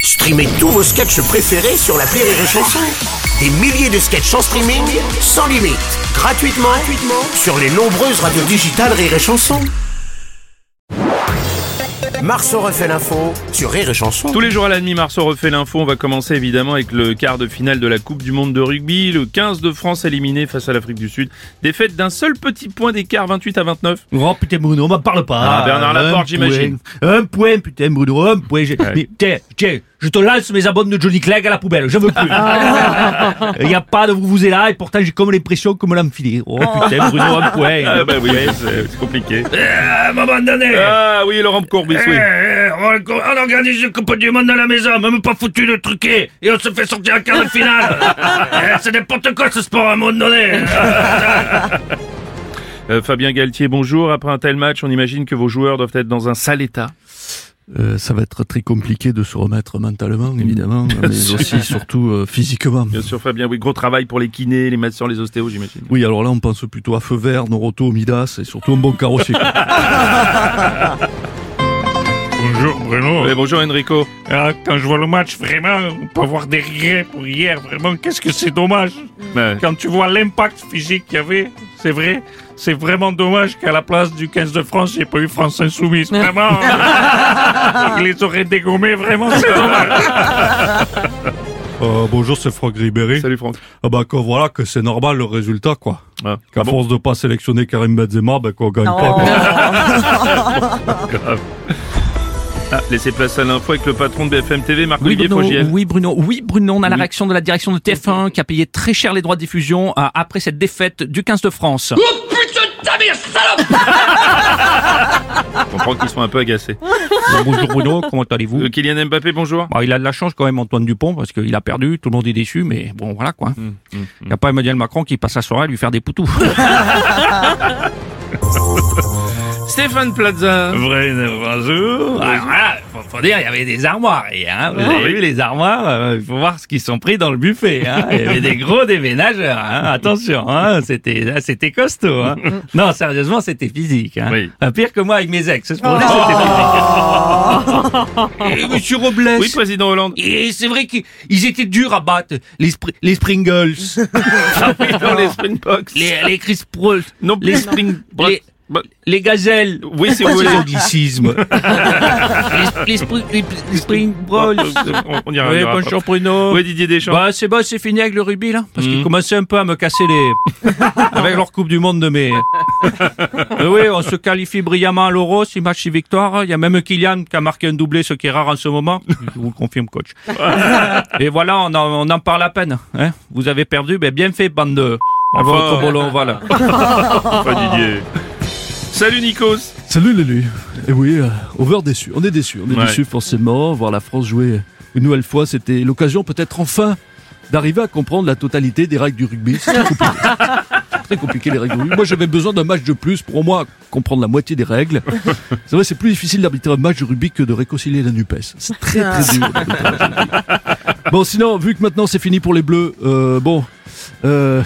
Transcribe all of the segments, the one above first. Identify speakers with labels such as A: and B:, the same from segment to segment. A: Streamez tous vos sketchs préférés sur la Rire et Chanson. Des milliers de sketchs en streaming, sans limite, gratuitement, gratuitement sur les nombreuses radios digitales Rire et Chanson. Marceau refait l'info sur Rire et Chanson.
B: Tous les jours à la demi-mars, on refait l'info. On va commencer évidemment avec le quart de finale de la Coupe du Monde de rugby. Le 15 de France éliminé face à l'Afrique du Sud. Défaite d'un seul petit point d'écart, 28 à 29.
C: Oh putain Bruno, on m'en parle pas.
B: Ah, Bernard Laporte,
C: Un
B: j'imagine.
C: point. Un point putain Bruno, un point. J'ai-
B: Ouais.
C: Mais, tiens, tiens, je te lance mes abonnes de Johnny Clegg à la poubelle, je veux plus.
D: Ah.
C: Il n'y a pas de vous vous êtes là et pourtant j'ai comme l'impression que me l'a filé. Oh
D: Ah.
C: putain Bruno, un point.
D: Euh,
C: Euh,
B: Ah bah oui, Eh. c'est c'est compliqué.
C: À un moment donné,
B: Ah oui, Laurent Courbis, oui.
C: Eh, on, organise une Coupe du Monde à la maison, même pas foutu de truquer, et on se fait sortir en quart de finale. Eh, C'est n'importe quoi ce sport à un moment donné.
B: Euh, Fabien Galtier, bonjour. Après un tel match, on imagine que vos joueurs doivent être dans un sale état.
D: Euh, ça va être très compliqué de se remettre mentalement, évidemment, mais
B: sûr.
D: aussi surtout euh, physiquement.
B: Bien sûr, Fabien, oui. Gros travail pour les kinés, les masseurs, les ostéos, j'imagine.
D: Oui, alors là, on pense plutôt à feu vert, Noroto, Midas, et surtout un bon carrossier. quoi.
E: Bonjour Bruno.
B: Ouais, Eh, bonjour Enrico.
E: Ah, quand je vois le match, vraiment, on peut avoir des regrets pour hier. Vraiment, qu'est-ce que c'est dommage.
B: Ouais.
E: Quand tu vois l'impact physique qu'il y avait, c'est vrai, c'est vraiment dommage qu'à la place du 15 de France, j'ai pas eu France Insoumise. Vraiment. Ils les auraient dégommés, vraiment, c'est dommage.
D: Euh, bonjour, c'est Franck Ribéry.
B: Salut Franck.
D: Ah bah quoi, voilà que c'est normal le résultat, quoi.
B: Ah,
D: Qu'à
B: ah bon
D: force de pas sélectionner Karim Benzema, ben qu'on gagne pas. quoi.
B: Ah, laissez place à l'info avec le patron de BFM TV,
F: Oui
B: Marc-Olivier
F: Bruno,
B: Fogiel.
F: oui Bruno, oui Bruno, on a la réaction de la direction de TF1 qui a payé très cher les droits de diffusion euh, après cette défaite du 15 de France.
B: On comprend qu'ils sont un peu agacés.
C: Bonjour Bruno, comment allez-vous
B: Euh, Kylian Mbappé, bonjour.
C: Bon, il a de la chance quand même Antoine Dupont parce qu'il a perdu, tout le monde est déçu, mais bon voilà quoi. Il n'y a pas Emmanuel Macron qui passe la soirée à lui faire des poutous.
F: Bah,
B: Stéphane Plaza.
E: Vrai, bonjour.
C: Ah, voilà, faut, faut dire, il y avait des armoires. Et, hein, vous avez vu les armoires, euh, il faut voir ce qu'ils sont pris dans le buffet. hein. Il y avait des gros déménageurs, hein, attention, hein, c'était là, c'était costaud. hein. Non, sérieusement, c'était physique. hein.
B: Oui.
C: Euh, Pire que moi avec mes ex. ce moment-là, c'était physique. Et Monsieur Robles,
B: Oui, président Hollande.
C: et c'est vrai qu'ils étaient durs à battre, les, Spr- les Springles,
B: Ah oui, dans les Springboks.
C: les, les Chris Paul,
B: Non,
C: les
B: les Spring.
C: les-
B: Bro-
C: les Gazelles,
B: Oui, si vous voulez.
C: anglicismes, les, les, Spring- les- les Springbols.
B: On, on y
C: Oui,
B: arrivera.
C: bonjour Bruno.
B: Oui, Didier Deschamps.
C: Bah, c'est bon, c'est fini avec le rugby, là. Parce qu'ils commençaient un peu à me casser les. avec leur Coupe du Monde de mai. Mais oui, on se qualifie brillamment à l'Euro, six matchs, six victoires. Il y a même Kylian qui a marqué un doublé, ce qui est rare en ce moment. Je vous le confirme, coach. Et voilà, on en, on en parle à peine. hein. Vous avez perdu, mais bien fait, bande de. À votre bolon, voilà.
B: Pas Didier. Salut Nikos.
D: Salut Lélu. Et oui, euh, over déçu. On est déçu. On est
B: Ouais.
D: déçu forcément. Voir la France jouer une nouvelle fois, c'était l'occasion peut-être enfin d'arriver à comprendre la totalité des règles du rugby. C'est très compliqué. C'est très compliqué les règles du rugby. Moi j'avais besoin d'un match de plus pour moi comprendre la moitié des règles. C'est vrai, c'est plus difficile d'arbitrer un match de rugby que de réconcilier la Nupes. C'est très très dur. d'arbitrer un match de rugby. Bon, sinon, vu que maintenant c'est fini pour les Bleus, euh, bon. Euh,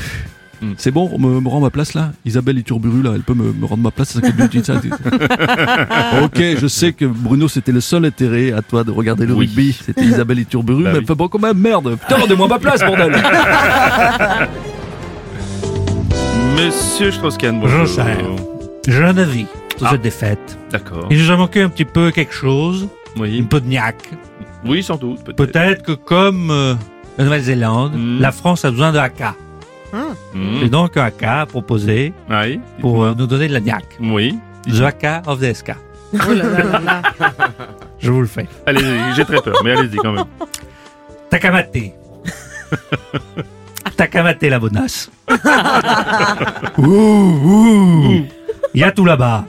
B: Hmm.
D: c'est bon, on me, me rend ma place là Isabelle Iturburu là, elle peut me, me rendre ma place à 5 minutes, ça, c'est- Ok, je sais que Bruno c'était le seul intérêt à toi de regarder le
B: Oui.
D: rugby, c'était Isabelle Iturburu,
B: Bah
D: mais
B: oui.
D: enfin bon quand même, merde Putain, rendez-moi ma place, bordel
B: Monsieur Strauss-Kahn, bonjour.
G: Bonjour, Sarah. J'ai un avis sur
B: Ah.
G: cette défaite.
B: D'accord.
G: Il nous a manqué un petit peu quelque chose,
B: Oui.
G: un peu de niaque.
B: oui, sans doute. Peut-être.
G: Peut-être que comme euh, la Nouvelle-Zélande,
C: Mhm.
B: Mm.
G: la France a besoin de haka.
B: Mmh.
G: Et donc un haka à proposer
B: Oui.
G: pour
D: Hmm.
G: euh, nous donner de la niaque.
B: Oui.
G: The haka of the SK. Je vous le fais.
B: Allez, j'ai très peur, mais allez-y quand même.
G: Takamate. Takamate la bonasse. ouh, ouh. Il y a tout là-bas.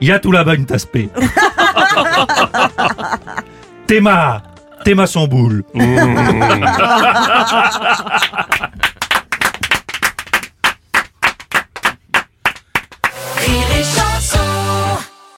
G: Il y a tout là-bas une tasse P. Théma. Théma sans boule.